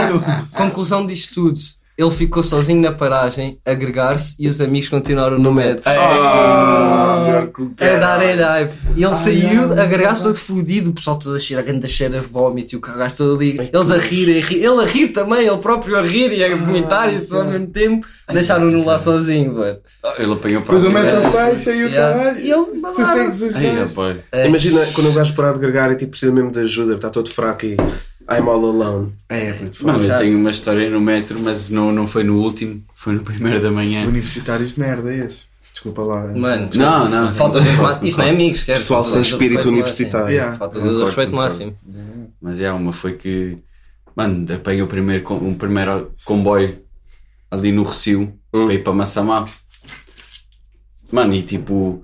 [SPEAKER 4] conclusão disto tudo. Ele ficou sozinho na paragem, a agregar-se e os amigos continuaram no metro.
[SPEAKER 2] Ah,
[SPEAKER 4] A dar em É live. E ele saiu, a garganta todo fodido, o pessoal todo a cheirar, a grande cheira a vómito e o cagaço todo ali. Eles a rirem, a rir, ele a rir também, ele próprio a rir e a vomitar e tudo ao mesmo tempo. Deixaram-no lá sozinho, mano.
[SPEAKER 2] Ele apanhou para
[SPEAKER 3] Depois o
[SPEAKER 2] cima.
[SPEAKER 3] metro baixa
[SPEAKER 2] é.
[SPEAKER 3] e o
[SPEAKER 4] Yeah.
[SPEAKER 3] caralho.
[SPEAKER 4] E ele-
[SPEAKER 3] Tu segues os
[SPEAKER 2] Ei,
[SPEAKER 3] gajos.
[SPEAKER 2] rapaz.
[SPEAKER 4] É,
[SPEAKER 1] Imagina quando um gajo parar de gregar e tipo, precisa mesmo de ajuda, está todo fraco e I'm all alone.
[SPEAKER 3] É, puto,
[SPEAKER 2] Mano, eu
[SPEAKER 4] chato.
[SPEAKER 2] tenho uma história no metro, mas não, não foi no último, foi no primeiro da manhã.
[SPEAKER 3] Universitários de merda, esses. Desculpa lá.
[SPEAKER 4] Mano,
[SPEAKER 2] Não, não.
[SPEAKER 4] falta de respeito. Isso não é amigos, quer
[SPEAKER 1] Pessoal sem
[SPEAKER 4] Falta de
[SPEAKER 1] espírito
[SPEAKER 4] respeito
[SPEAKER 1] universitário.
[SPEAKER 3] Yeah.
[SPEAKER 4] máximo. Falta de
[SPEAKER 2] Concordo,
[SPEAKER 4] respeito
[SPEAKER 2] concordo.
[SPEAKER 4] máximo.
[SPEAKER 2] Mas é, uma foi que. Mano, apanhei o primeiro, com- um primeiro comboio ali no
[SPEAKER 1] Hum.
[SPEAKER 2] Recio para ir para Massamá. Mano, e tipo.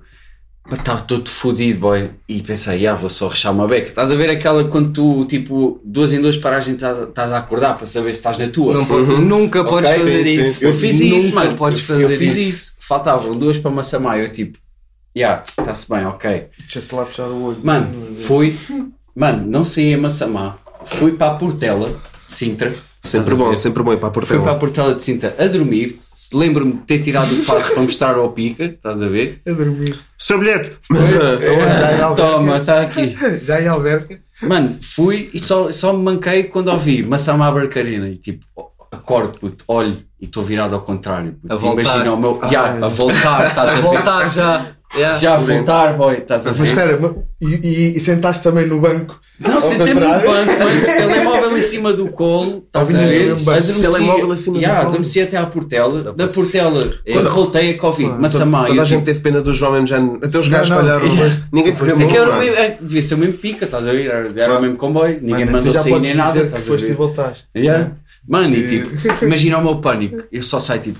[SPEAKER 2] Estava todo fodido, boy. E pensei, ah, vou só rechar uma beca. Estás a ver aquela quando tu, tipo, duas em duas paragens estás estás a acordar para saber se estás na tua.
[SPEAKER 4] Não pode- Nunca podes
[SPEAKER 2] Ok?
[SPEAKER 4] fazer
[SPEAKER 1] Sim, sim,
[SPEAKER 4] isso.
[SPEAKER 1] sim.
[SPEAKER 2] Eu fiz
[SPEAKER 4] Nunca
[SPEAKER 2] isso, mano.
[SPEAKER 4] podes
[SPEAKER 2] Eu-
[SPEAKER 4] fazer
[SPEAKER 2] eu fiz
[SPEAKER 4] isso.
[SPEAKER 2] isso. Faltavam duas para Massamá. Eu tipo, yeah, está-se bem, ok.
[SPEAKER 3] Deixa-se lá fechar o olho.
[SPEAKER 2] Mano, fui. Mano, não é saí em Massamá. Fui para a Portela de Sintra. Estás a
[SPEAKER 1] Sempre bom,
[SPEAKER 2] ver?
[SPEAKER 1] sempre bom ir para a
[SPEAKER 2] Fui para a
[SPEAKER 1] Portela.
[SPEAKER 2] Portela de Sintra a dormir. Se- Lembro-me de ter tirado o passo para mostrar ao pica, estás a ver?
[SPEAKER 3] A dormir.
[SPEAKER 2] Seu bilhete!
[SPEAKER 3] é, Já em alberca.
[SPEAKER 2] Toma, está aqui.
[SPEAKER 3] Já em alberca.
[SPEAKER 2] Mano, fui e só, só me manquei quando ouvi Massama à Barcarena e tipo, acordo, puto, olho e estou virado ao contrário. Puto.
[SPEAKER 4] A voltar.
[SPEAKER 2] Imagina o meu.
[SPEAKER 3] Ah.
[SPEAKER 2] Ya, a voltar, estás a ver?
[SPEAKER 4] Voltar já. Yeah.
[SPEAKER 2] Já a voltar, boy, estás a ver?
[SPEAKER 3] Mas espera, mas- e, e- e sentaste também no banco.
[SPEAKER 2] Não,
[SPEAKER 3] Ao
[SPEAKER 2] sentei-me no
[SPEAKER 3] contrário?
[SPEAKER 2] banco, mano, telemóvel em cima do colo, estás a
[SPEAKER 3] Ouvinhas
[SPEAKER 2] ver?
[SPEAKER 3] no mesmo banco.
[SPEAKER 2] Adormeci-
[SPEAKER 1] Telemóvel em cima do
[SPEAKER 2] Ya,
[SPEAKER 1] colo.
[SPEAKER 2] adormeci até à Portela. Da Portela, eh,
[SPEAKER 1] Quando-
[SPEAKER 2] voltei a Covid, Massamá.
[SPEAKER 1] Toda
[SPEAKER 2] eu
[SPEAKER 1] a gente
[SPEAKER 2] tipo,
[SPEAKER 1] teve pena dos João mesmo já. Até os
[SPEAKER 3] Não,
[SPEAKER 1] gajos que
[SPEAKER 3] não.
[SPEAKER 1] olharam.
[SPEAKER 3] Yeah.
[SPEAKER 1] Ninguém
[SPEAKER 3] Depois
[SPEAKER 1] ficou
[SPEAKER 2] é que era o
[SPEAKER 1] mano.
[SPEAKER 2] mesmo- é que devia ser o mesmo pica, estás a ver? Era, era o mesmo comboio, ninguém
[SPEAKER 3] Mano,
[SPEAKER 2] mandou
[SPEAKER 3] tu já
[SPEAKER 2] sair nem
[SPEAKER 3] podes
[SPEAKER 2] nada.
[SPEAKER 3] dizer que
[SPEAKER 2] Estás a
[SPEAKER 3] foste Eh. e
[SPEAKER 2] ver?
[SPEAKER 3] voltaste.
[SPEAKER 2] Yeah. Mano, e tipo, imagina o meu pânico. Eu só saio tipo,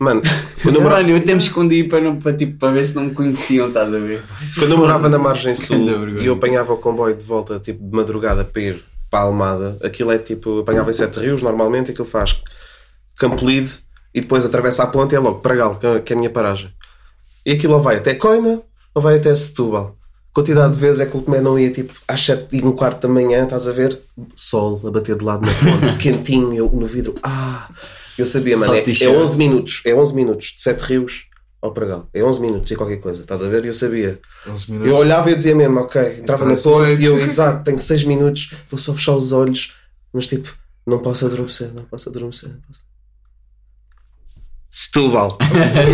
[SPEAKER 1] Mano, quando eu, morava,
[SPEAKER 2] mano, eu até me escondi para, não, para, tipo, para ver se não me conheciam, estás a ver?
[SPEAKER 1] quando eu morava na margem
[SPEAKER 2] Ganda
[SPEAKER 1] sul
[SPEAKER 2] vergonha.
[SPEAKER 1] e eu apanhava o comboio de volta, tipo, de madrugada para ir para a Almada, aquilo é tipo, apanhava em Sete Rios, normalmente, aquilo faz Campolide e depois atravessa a ponte e é logo Pragal, que- que é a minha paragem. E aquilo ou vai até Coina ou vai até Setúbal. Quantidade de vezes é que o comé não ia tipo às 7 e um quarto da manhã, estás a ver? Sol a bater de lado na ponte, quentinho, eu no vidro. Ah! Eu sabia, mano,
[SPEAKER 2] Só
[SPEAKER 1] é, é
[SPEAKER 2] t-shirt.
[SPEAKER 1] 11 minutos, é 11 minutos de Sete Rios ao Pragal. É 11 minutos e qualquer coisa, estás a ver? Eu sabia. Eu olhava e eu dizia mesmo, ok, entrava na ponte e eu, exato, tenho 6 minutos, vou só fechar os olhos, mas tipo, não posso adormecer, não posso adormecer. Não posso. Setúbal.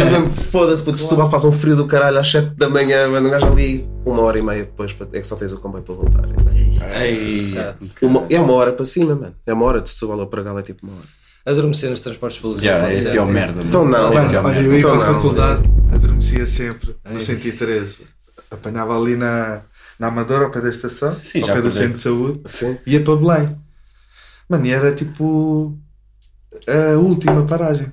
[SPEAKER 1] Eu mesmo, Foda-se, puto, Setúbal faz um frio do caralho às 7 da manhã, mano, um gajo ali uma hora e meia depois, para- é que só tens o comboio para voltar. é, né?
[SPEAKER 2] Ei,
[SPEAKER 4] Chato.
[SPEAKER 1] Uma- é uma hora para cima, mano. É uma hora de Setúbal ao Pragal, é tipo uma hora.
[SPEAKER 4] Adormecer nos transportes públicos.
[SPEAKER 2] Já,
[SPEAKER 4] não pode
[SPEAKER 2] é
[SPEAKER 4] ser.
[SPEAKER 2] a pior merda. mano.
[SPEAKER 1] Então não,
[SPEAKER 2] É a
[SPEAKER 1] mano,
[SPEAKER 2] pior
[SPEAKER 3] Olha,
[SPEAKER 2] merda.
[SPEAKER 3] eu ia
[SPEAKER 1] Então
[SPEAKER 3] para a
[SPEAKER 1] não,
[SPEAKER 3] faculdade, adormecia sempre
[SPEAKER 4] Ai.
[SPEAKER 3] no 113. Apanhava ali na, na Amadora, ao pé da estação,
[SPEAKER 2] Sim,
[SPEAKER 3] ao
[SPEAKER 2] já
[SPEAKER 3] pé do
[SPEAKER 2] acordei.
[SPEAKER 3] centro de saúde,
[SPEAKER 1] Sim.
[SPEAKER 3] ia para Belém. Mano, e era tipo a última paragem.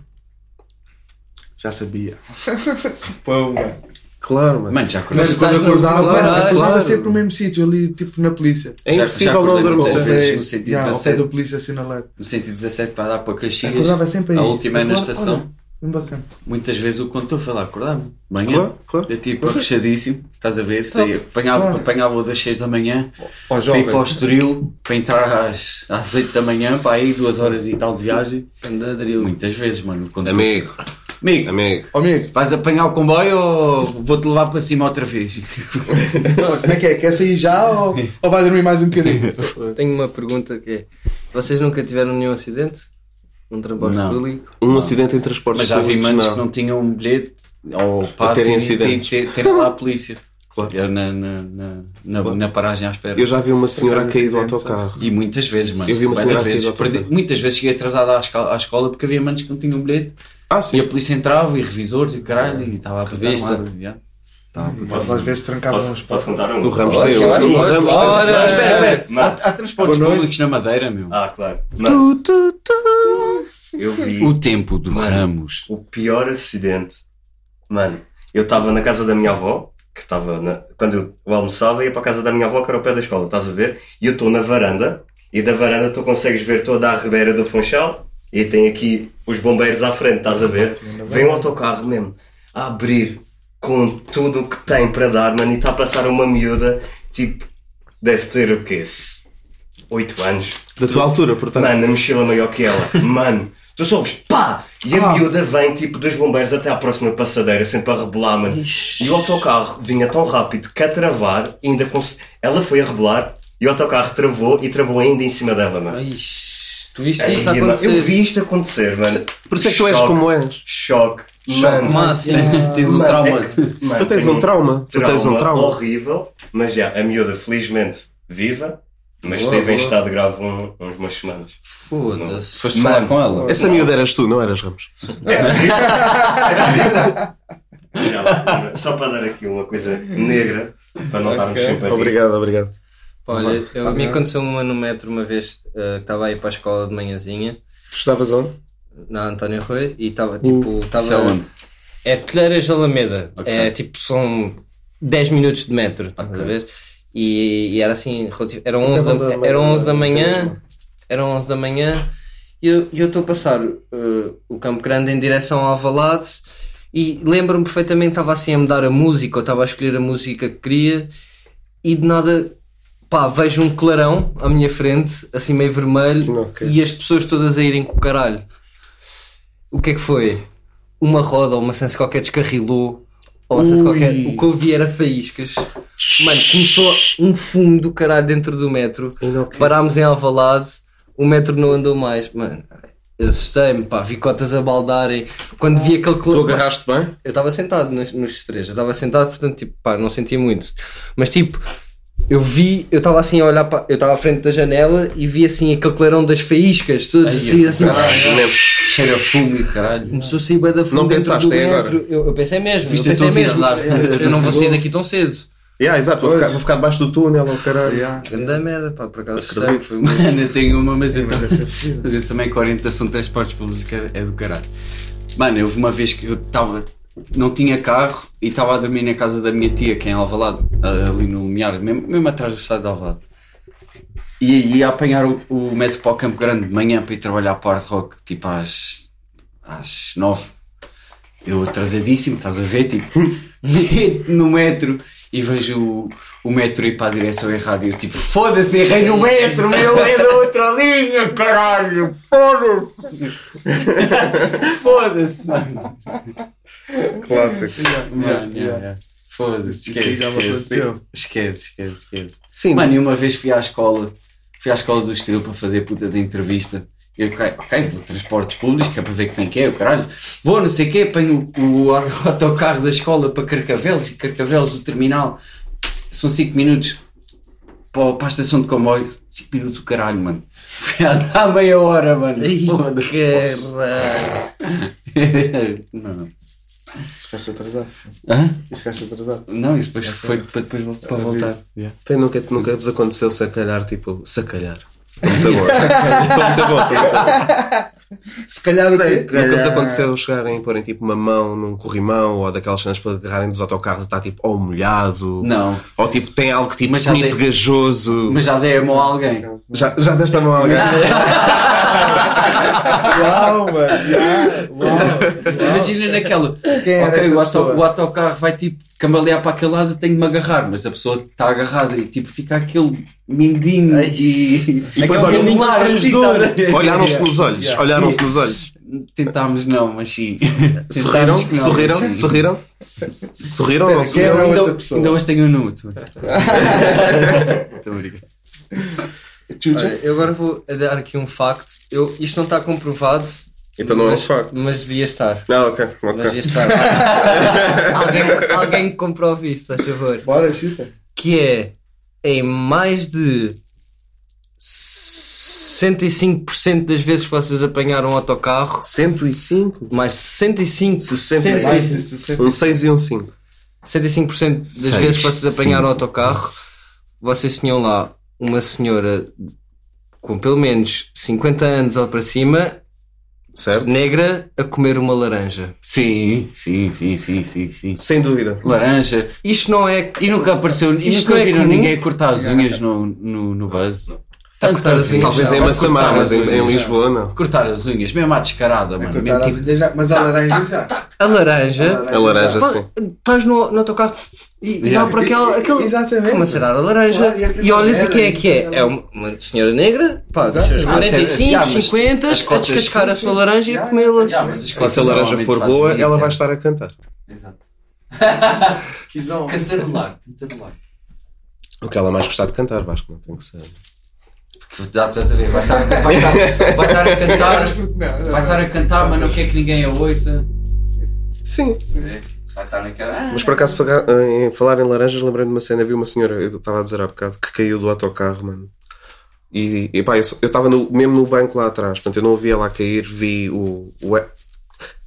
[SPEAKER 3] Já sabia. Pão, mano.
[SPEAKER 1] Claro, mano.
[SPEAKER 2] Mano, já
[SPEAKER 3] Mas
[SPEAKER 2] acordaste.
[SPEAKER 3] quando
[SPEAKER 4] estás no-
[SPEAKER 3] acordava,
[SPEAKER 4] claro,
[SPEAKER 3] mano, acordava
[SPEAKER 4] claro.
[SPEAKER 3] sempre no mesmo sítio, ali tipo na polícia.
[SPEAKER 1] É
[SPEAKER 2] Já- já
[SPEAKER 1] impossível não
[SPEAKER 2] acordei muitas
[SPEAKER 1] adormecer.
[SPEAKER 2] vezes
[SPEAKER 3] Ao pé-
[SPEAKER 2] no sentido
[SPEAKER 3] já, ao pé
[SPEAKER 2] 17.
[SPEAKER 3] do polícia assinalar.
[SPEAKER 2] No 117 vai dar para Caxias.
[SPEAKER 3] Acordava sempre aí.
[SPEAKER 2] A última é na
[SPEAKER 3] Agora,
[SPEAKER 2] estação.
[SPEAKER 3] olha, bem bacana.
[SPEAKER 2] Muitas vezes o condutor foi lá acordar-me. Manhã.
[SPEAKER 1] Claro, claro.
[SPEAKER 2] Eu tipo arrechadíssimo, estás a ver? Saía, apanhava,
[SPEAKER 3] claro.
[SPEAKER 2] apanhava das 6 da manhã,
[SPEAKER 3] Ó,
[SPEAKER 2] para
[SPEAKER 3] jovem.
[SPEAKER 2] ir para o Estoril, para entrar às, às 8 da manhã, para aí duas horas e tal de viagem.
[SPEAKER 4] Anda, drill.
[SPEAKER 2] Muitas vezes, mano. o condutor-
[SPEAKER 1] Amigo,
[SPEAKER 2] Amigo,
[SPEAKER 1] amigo.
[SPEAKER 3] Ó, amigo,
[SPEAKER 2] vais apanhar o comboio ou vou-te levar para cima outra vez?
[SPEAKER 3] como é que é? Quer sair já ou, ou vai dormir mais um bocadinho?
[SPEAKER 4] Tenho uma pergunta que é: vocês nunca tiveram nenhum acidente? Um transporte
[SPEAKER 2] Não.
[SPEAKER 4] público?
[SPEAKER 1] Um acidente em transportes
[SPEAKER 2] Mas já vi
[SPEAKER 1] públicos,
[SPEAKER 2] manos
[SPEAKER 1] não.
[SPEAKER 2] que não tinham um bilhete ou passe
[SPEAKER 1] terem
[SPEAKER 2] e
[SPEAKER 1] acidentes.
[SPEAKER 2] te- te- terem lá a polícia.
[SPEAKER 1] Claro.
[SPEAKER 2] Eu na, na, na, na, na paragem à espera.
[SPEAKER 1] Eu já vi uma senhora
[SPEAKER 3] causa
[SPEAKER 1] cair do
[SPEAKER 3] acidentes,
[SPEAKER 1] autocarro.
[SPEAKER 2] E muitas vezes, mano.
[SPEAKER 1] Eu vi uma
[SPEAKER 2] Bué da
[SPEAKER 1] senhora que
[SPEAKER 2] vezes.
[SPEAKER 1] quis autocarro.
[SPEAKER 2] Perdi- Muitas vezes cheguei atrasado à, esca- à escola porque havia manos que não tinham bilhete
[SPEAKER 1] Ah,
[SPEAKER 2] e
[SPEAKER 1] sim.
[SPEAKER 2] a polícia entrava e revisores e o caralho e estava a apertar
[SPEAKER 4] Revista.
[SPEAKER 2] mal, já.
[SPEAKER 3] Mas às vezes trancavam uns
[SPEAKER 5] Posso, posso contar um?
[SPEAKER 1] O Ramos tem o-
[SPEAKER 3] claro,
[SPEAKER 1] o
[SPEAKER 3] claro.
[SPEAKER 1] Ramos tem-
[SPEAKER 4] Olha,
[SPEAKER 2] Mas espera, espera.
[SPEAKER 5] Não.
[SPEAKER 2] Há, há transportes
[SPEAKER 3] Boa noite.
[SPEAKER 2] públicos na Madeira, meu.
[SPEAKER 5] Ah, claro. Mano, eu vi
[SPEAKER 2] O tempo do Ramos.
[SPEAKER 5] o pior acidente. Mano, eu estava na casa da minha avó, que estava na... quando eu- eu almoçava, ia para a casa da minha avó, que era o pé da escola, estás a ver? E eu estou na varanda, e da varanda tu consegues ver toda a ribeira do Funchal, e tem aqui os bombeiros à frente, estás a ver? Vem um autocarro mesmo, a abrir com tudo o que tem para dar, mano, e está a passar uma miúda, tipo, deve ter o quê? 8 anos.
[SPEAKER 1] Da tua altura, portanto.
[SPEAKER 5] Mano, a mochila maior que ela. Mano, tu só ouves pá! E
[SPEAKER 1] Ah.
[SPEAKER 5] a miúda vem tipo dos bombeiros até à próxima passadeira, sempre a rebolar, mano. E o autocarro vinha tão rápido que a travar, ainda cons... ela foi a rebolar e o autocarro travou e travou ainda em cima dela, mano.
[SPEAKER 4] Ixi, tu viste
[SPEAKER 5] Ai,
[SPEAKER 4] isso
[SPEAKER 5] mano,
[SPEAKER 4] acontecer?
[SPEAKER 5] É, eu vi isto acontecer, mano.
[SPEAKER 1] Por isso é que tu és
[SPEAKER 5] Choque,
[SPEAKER 1] como és.
[SPEAKER 5] Choque.
[SPEAKER 4] Choque
[SPEAKER 5] Mano,
[SPEAKER 4] máximo.
[SPEAKER 2] Tens um
[SPEAKER 5] Mano,
[SPEAKER 2] trauma.
[SPEAKER 5] é que- mano,
[SPEAKER 1] Tu tens
[SPEAKER 5] tenho
[SPEAKER 1] um trauma. Tu tens um trauma.
[SPEAKER 5] horrível, mas já, a miúda felizmente viva, mas
[SPEAKER 4] Boa,
[SPEAKER 5] esteve em
[SPEAKER 4] boa.
[SPEAKER 5] estado grave um, uns umas semanas.
[SPEAKER 4] Foda-se.
[SPEAKER 2] Foste falar
[SPEAKER 5] Mano.
[SPEAKER 2] com ela.
[SPEAKER 1] Essa miúda eras tu, não eras Ramos?
[SPEAKER 5] Já, só para dar aqui uma coisa negra, para não estarmos sempre a rir.
[SPEAKER 1] Obrigado, obrigado.
[SPEAKER 4] Olha, eu, a mim aconteceu uma no metro uma vez eh, que estava aí para a escola de manhãzinha,
[SPEAKER 1] Estavas onde?
[SPEAKER 4] na António Rui, e estava tipo.
[SPEAKER 2] Isso é
[SPEAKER 4] Estava,
[SPEAKER 2] onde?
[SPEAKER 4] É Telheiras de Alameda.
[SPEAKER 2] Ok.
[SPEAKER 4] É tipo, são 10 minutos de metro, estás a ver? E, e era assim, relativo, eram, 11
[SPEAKER 1] vou dar
[SPEAKER 4] da,
[SPEAKER 1] uma-
[SPEAKER 4] eram 11 da
[SPEAKER 1] uma-
[SPEAKER 4] manhã. Eram 11 da manhã e eu e eu estou a passar eh, o Campo Grande em direção ao Alvalade e lembro-me perfeitamente, estava assim a mudar a música, ou estava a escolher a música que queria e de nada, pá, vejo um clarão à minha frente, assim meio vermelho
[SPEAKER 1] Ok.
[SPEAKER 4] e as pessoas todas a irem com o caralho. o que é que foi? Uma roda ou uma sense qualquer descarrilou. Ou uma sense
[SPEAKER 3] Ui.
[SPEAKER 4] qualquer. O que eu vi era faíscas. Mano, começou um fumo do caralho dentro do metro.
[SPEAKER 1] Ainda o quê?
[SPEAKER 4] Parámos em Alvalade. O metro não andou mais. Mano, eu assustei-me, pá. Vi cotas a baldarem. Quando vi aquele
[SPEAKER 1] Tu
[SPEAKER 4] clube.
[SPEAKER 1] agarraste bem?
[SPEAKER 4] Eu estava sentado nos, nos três, eu estava sentado, portanto, tipo, pá, não sentia muito. Mas tipo, eu vi, eu estava assim a olhar para. Eu estava à frente da janela e vi assim aquele clarão das faíscas, todas assim, assim.
[SPEAKER 2] Cheira a fumo e caralho.
[SPEAKER 4] Começou a sair bué da fundo
[SPEAKER 1] Não
[SPEAKER 4] dentro
[SPEAKER 1] pensaste
[SPEAKER 4] do
[SPEAKER 1] até
[SPEAKER 4] metro. Eu, eu pensei mesmo,
[SPEAKER 2] Viste
[SPEAKER 4] eu
[SPEAKER 2] a tua
[SPEAKER 4] pensei
[SPEAKER 2] vida
[SPEAKER 4] mesmo.
[SPEAKER 2] andar.
[SPEAKER 4] Eu não vou sair daqui tão cedo.
[SPEAKER 1] Yeah, exato, vou ficar, vou ficar debaixo do túnel, oh, caralho.
[SPEAKER 3] Yeah.
[SPEAKER 4] Grande merda, pá, por acaso
[SPEAKER 1] Acredito.
[SPEAKER 4] gostei, foi muito-
[SPEAKER 2] Mano, eu tenho uma, mas eu,
[SPEAKER 3] Mas essa é fodida.
[SPEAKER 2] mas eu também com a orientação de transportes públicos é, é do caralho. Mano, houve uma vez que eu estava. Não tinha carro e estava a dormir na casa da minha tia, que é em Alvalade, a- ali no Miar, mesmo, mesmo atrás do estado de Alvalade. E aí ia apanhar o, o metro para o Campo Grande de manhã para ir trabalhar para o Hard Rock, tipo às, às nove. Eu atrasadíssimo, estás a ver, tipo, meto no metro e vejo o, o metro ir para a direção errada e eu tipo, foda-se, errei no metro, meu, é da outra linha, caralho, foda-se. foda-se, mano.
[SPEAKER 1] Clássico.
[SPEAKER 2] Mano, yeah, yeah. Foda-se, esquece,
[SPEAKER 3] Isso já me
[SPEAKER 2] esquece,
[SPEAKER 3] aconteceu.
[SPEAKER 2] esquece, esquece, esquece.
[SPEAKER 1] Sim,
[SPEAKER 2] Mano, e uma vez fui à escola, fui à escola do estilo para fazer puta de entrevista. E eu, ok, ok, vou de transportes públicos, que é para ver quem que é, o caralho. Vou, não sei o quê, apanho o, o autocarro da escola para Carcavelos e Carcavelos, o terminal. São 5 minutos para, para a estação de comboio. 5 minutos, o caralho, mano. Fui a dar meia hora, mano.
[SPEAKER 4] Ai,
[SPEAKER 2] Foda-se.
[SPEAKER 4] Caralho.
[SPEAKER 2] não.
[SPEAKER 3] Ficaste atrasado.
[SPEAKER 2] Hã?
[SPEAKER 3] Ficaste atrasado.
[SPEAKER 2] Não, isso depois foi
[SPEAKER 3] é
[SPEAKER 2] para, depois, para voltar. Yeah.
[SPEAKER 1] Tem, nunca, nunca vos aconteceu sacalhar, tipo, sacalhar. Estou muito bom. Estou muito bom, estou muito bom.
[SPEAKER 3] Se calhar o quê?
[SPEAKER 1] Nunca vos aconteceu chegarem e porem tipo uma mão num corrimão ou daquelas cenas para agarrarem dos autocarros e está tipo ou molhado.
[SPEAKER 2] Não.
[SPEAKER 1] Ou tipo tem algo que tipo
[SPEAKER 2] Mas já dei-
[SPEAKER 1] semi-pegajoso.
[SPEAKER 2] Mas já dei a mão a alguém.
[SPEAKER 1] Já, já deste a mão a alguém?
[SPEAKER 3] Uau, mano. Yeah. Uau.
[SPEAKER 2] Imagina naquela.
[SPEAKER 3] Quem era
[SPEAKER 2] ok,
[SPEAKER 3] essa
[SPEAKER 2] o, auto,
[SPEAKER 3] pessoa?
[SPEAKER 2] o autocarro vai tipo cambalear para aquele lado, eu tenho de me agarrar, mas a pessoa está agarrada e tipo fica aquele mindinho e, e
[SPEAKER 1] depois olha, Olharam-se
[SPEAKER 2] Olharam-se.
[SPEAKER 1] nos olhos. Olharam-se nos olhos.
[SPEAKER 2] Tentámos não, mas sim.
[SPEAKER 1] Sorriram?
[SPEAKER 2] Tentámos que não,
[SPEAKER 1] Sorriram?
[SPEAKER 2] mas sim.
[SPEAKER 1] Sorriram? Sorriram ou não
[SPEAKER 3] Pera, quem era
[SPEAKER 1] sorriram?
[SPEAKER 3] a outra
[SPEAKER 2] Ainda,
[SPEAKER 3] pessoa?
[SPEAKER 2] ainda hoje tenho um número. Muito obrigado.
[SPEAKER 3] Chucha.
[SPEAKER 4] Olha, eu agora vou dar aqui um facto. Eu, isto não está comprovado,
[SPEAKER 1] Então não é um
[SPEAKER 4] mas,
[SPEAKER 1] facto.
[SPEAKER 4] mas devia estar.
[SPEAKER 1] Não, ok,
[SPEAKER 4] Mas devia
[SPEAKER 1] ok.
[SPEAKER 4] estar. alguém, alguém que comprove isso, a favor.
[SPEAKER 3] Bora, chuta.
[SPEAKER 4] que é em mais de 65% das vezes que vocês apanharam um autocarro,
[SPEAKER 1] 105?
[SPEAKER 4] mais 65,
[SPEAKER 1] 65.
[SPEAKER 3] Mais de 60.
[SPEAKER 1] Um 6 e um 5.
[SPEAKER 4] 65% das
[SPEAKER 2] Seis,
[SPEAKER 4] vezes que vocês apanharam um
[SPEAKER 2] cinco.
[SPEAKER 4] autocarro, vocês tinham lá uma senhora com pelo menos 50 anos ou para cima,
[SPEAKER 1] Certo?
[SPEAKER 4] negra, a comer uma laranja.
[SPEAKER 2] Sim, sim, sim, sim, sim, sim.
[SPEAKER 1] Sem dúvida.
[SPEAKER 2] Laranja.
[SPEAKER 4] Isto não é.
[SPEAKER 2] E nunca apareceu, e
[SPEAKER 4] Isto
[SPEAKER 2] nunca
[SPEAKER 4] não é
[SPEAKER 2] viram
[SPEAKER 4] comum?
[SPEAKER 2] ninguém a cortar as unhas no, no, no buzz. Tá
[SPEAKER 4] a cortar as unhas?
[SPEAKER 1] Talvez em
[SPEAKER 2] Vai
[SPEAKER 1] Massamá,
[SPEAKER 2] cortar
[SPEAKER 1] mas
[SPEAKER 2] as
[SPEAKER 1] em, em
[SPEAKER 2] unhas.
[SPEAKER 1] Lisboa não.
[SPEAKER 2] Cortar as unhas, mesmo à descarada, mano.
[SPEAKER 3] Cortar as
[SPEAKER 2] mesmo tipo-
[SPEAKER 3] unhas já.
[SPEAKER 1] Tá,
[SPEAKER 3] Mas a laranja já.
[SPEAKER 4] A laranja.
[SPEAKER 1] A
[SPEAKER 3] Ah,
[SPEAKER 1] laranja
[SPEAKER 4] Pá,
[SPEAKER 1] sim.
[SPEAKER 4] Estás no, no autocarro e e dá
[SPEAKER 2] Yeah.
[SPEAKER 4] para aquela.
[SPEAKER 3] E- e-
[SPEAKER 4] aquele-
[SPEAKER 3] exatamente.
[SPEAKER 4] Estão a cheirar a laranja
[SPEAKER 3] Claro, e
[SPEAKER 4] e,
[SPEAKER 3] a primavera,
[SPEAKER 4] olhas e quem é que é?
[SPEAKER 3] e-
[SPEAKER 4] É uma, uma senhora negra, pá, dos seus
[SPEAKER 2] Exato.
[SPEAKER 4] 45,
[SPEAKER 2] Ah, tem- ah,
[SPEAKER 4] 50,
[SPEAKER 2] mas as
[SPEAKER 4] a
[SPEAKER 2] cotas- assim.
[SPEAKER 4] descascar a sua laranja e a
[SPEAKER 3] Yeah,
[SPEAKER 4] comê-la.
[SPEAKER 2] Ah, mas as
[SPEAKER 1] E
[SPEAKER 2] coisas
[SPEAKER 1] se a laranja
[SPEAKER 2] normalmente
[SPEAKER 1] for
[SPEAKER 2] fazem
[SPEAKER 1] boa,
[SPEAKER 2] isso,
[SPEAKER 1] ela
[SPEAKER 2] é.
[SPEAKER 1] vai estar a cantar.
[SPEAKER 2] Exato.
[SPEAKER 3] Que zão.
[SPEAKER 2] Cantarolar, cantarolar.
[SPEAKER 1] O que ela mais gostar de cantar, Vasco, não tem que ser.
[SPEAKER 2] Porque já estás a ver, vai estar, vai estar, vai estar a cantar, vai estar a cantar, mas não quer que ninguém a ouça.
[SPEAKER 1] Sim.
[SPEAKER 2] Vai estar naquela. ah.
[SPEAKER 1] Mas por acaso, faga- em falar em laranjas, lembrei de uma cena. Vi uma senhora, eu estava a dizer há bocado, que caiu do autocarro, mano. E, e pá, eu só- eu estava no- mesmo no banco lá atrás, portanto eu não vi ela a cair, vi o, o, e-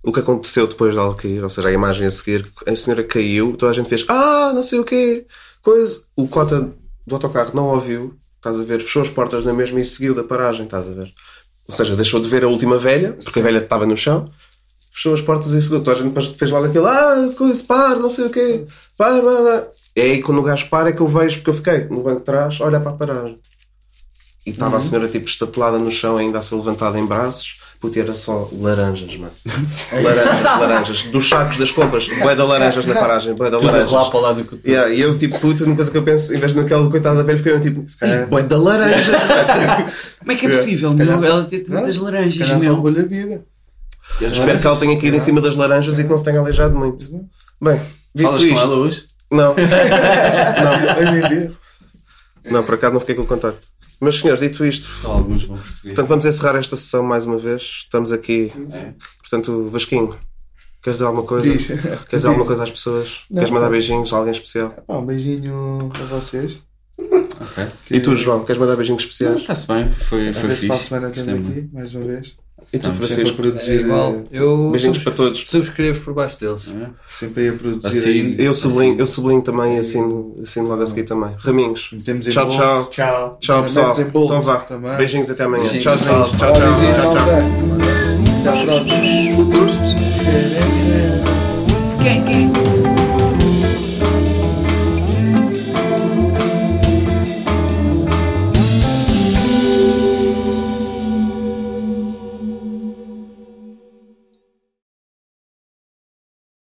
[SPEAKER 1] o que aconteceu depois dela cair, ou seja, a imagem a seguir. A senhora caiu, toda a gente fez ah, não sei o quê, coisa. O cota do autocarro não ouviu, estás a ver, fechou as portas na mesma e seguiu da paragem, estás a ver. Ou seja, deixou de ver a última velha, porque a velha estava no chão, fechou as portas e seguiu. Toda a gente depois fez lá aquele ah, coisa, par, não sei o quê, par, par, par. É aí quando o gajo para é que eu vejo, porque eu fiquei no banco de trás, olha para a paragem. E estava
[SPEAKER 6] Uhum.
[SPEAKER 1] a senhora tipo estatelada no chão, ainda a ser levantada em braços. Puta, era só laranjas, mano. Laranjas, laranjas. Dos sacos das compras, bué de laranjas na paragem, bué de
[SPEAKER 2] Tudo a rolar
[SPEAKER 1] laranjas.
[SPEAKER 2] para lá do que
[SPEAKER 1] Yeah, e eu, tipo, puta, uma coisa que eu penso, em vez de naquela coitada velha, fiquei eu, tipo, bué de laranjas, mano.
[SPEAKER 2] Como é que é possível, meu?
[SPEAKER 3] calhar só-
[SPEAKER 2] Ela tem tantas
[SPEAKER 3] Se calhar
[SPEAKER 2] laranjas,
[SPEAKER 3] só
[SPEAKER 2] meu.
[SPEAKER 3] roubou-lhe a vida.
[SPEAKER 1] Espero que ela tenha caído em cima das laranjas e que não se tenha aleijado muito. Bem, dito
[SPEAKER 6] Falas com
[SPEAKER 1] isto.
[SPEAKER 6] ela hoje?
[SPEAKER 1] Não,
[SPEAKER 3] Hoje em dia.
[SPEAKER 1] não, por acaso não fiquei com o contacto. Meus senhores, dito isto,
[SPEAKER 6] Só alguns vão perceber.
[SPEAKER 1] portanto vamos encerrar esta sessão mais uma vez. Estamos aqui. Portanto, Vasquinho, queres dizer alguma coisa?
[SPEAKER 3] Diz.
[SPEAKER 1] Queres dizer alguma coisa às pessoas?
[SPEAKER 3] Não. tá.
[SPEAKER 1] Queres mandar beijinhos a alguém especial?
[SPEAKER 3] Pá, um beijinho a vocês.
[SPEAKER 2] Ok.
[SPEAKER 1] E tu, João, queres mandar beijinhos especiais?
[SPEAKER 2] Está-se bem, foi,
[SPEAKER 3] A
[SPEAKER 2] foi
[SPEAKER 3] ver se para a
[SPEAKER 2] fixe.
[SPEAKER 3] semana estamos
[SPEAKER 2] Gostei
[SPEAKER 3] aqui, mais uma vez.
[SPEAKER 1] E tu,
[SPEAKER 2] Não,
[SPEAKER 3] Sempre a
[SPEAKER 1] Francisco?
[SPEAKER 3] produzir.
[SPEAKER 4] É igual.
[SPEAKER 3] eh,
[SPEAKER 4] Eu
[SPEAKER 1] Beijinhos
[SPEAKER 4] subs-
[SPEAKER 1] para todos.
[SPEAKER 4] subscrevo por baixo deles.
[SPEAKER 2] muito.
[SPEAKER 3] Sempre aí a produzir.
[SPEAKER 2] Assim,
[SPEAKER 3] aí.
[SPEAKER 1] Eu sublinho, eu sublinho também e assino, assino logo a seguir também. Raminhos.
[SPEAKER 3] Temos em
[SPEAKER 1] Tchau,
[SPEAKER 3] bolo.
[SPEAKER 1] tchau.
[SPEAKER 5] Tchau.
[SPEAKER 1] Tchau, pessoal.
[SPEAKER 3] Metes em bolo
[SPEAKER 1] Então vá.
[SPEAKER 3] também.
[SPEAKER 1] Beijinhos até amanhã.
[SPEAKER 2] Beijinhos.
[SPEAKER 1] Tchau, tchau. Tchau, tchau.
[SPEAKER 3] Olha,
[SPEAKER 1] Tchau, tchau.
[SPEAKER 3] malta. Até à próxima.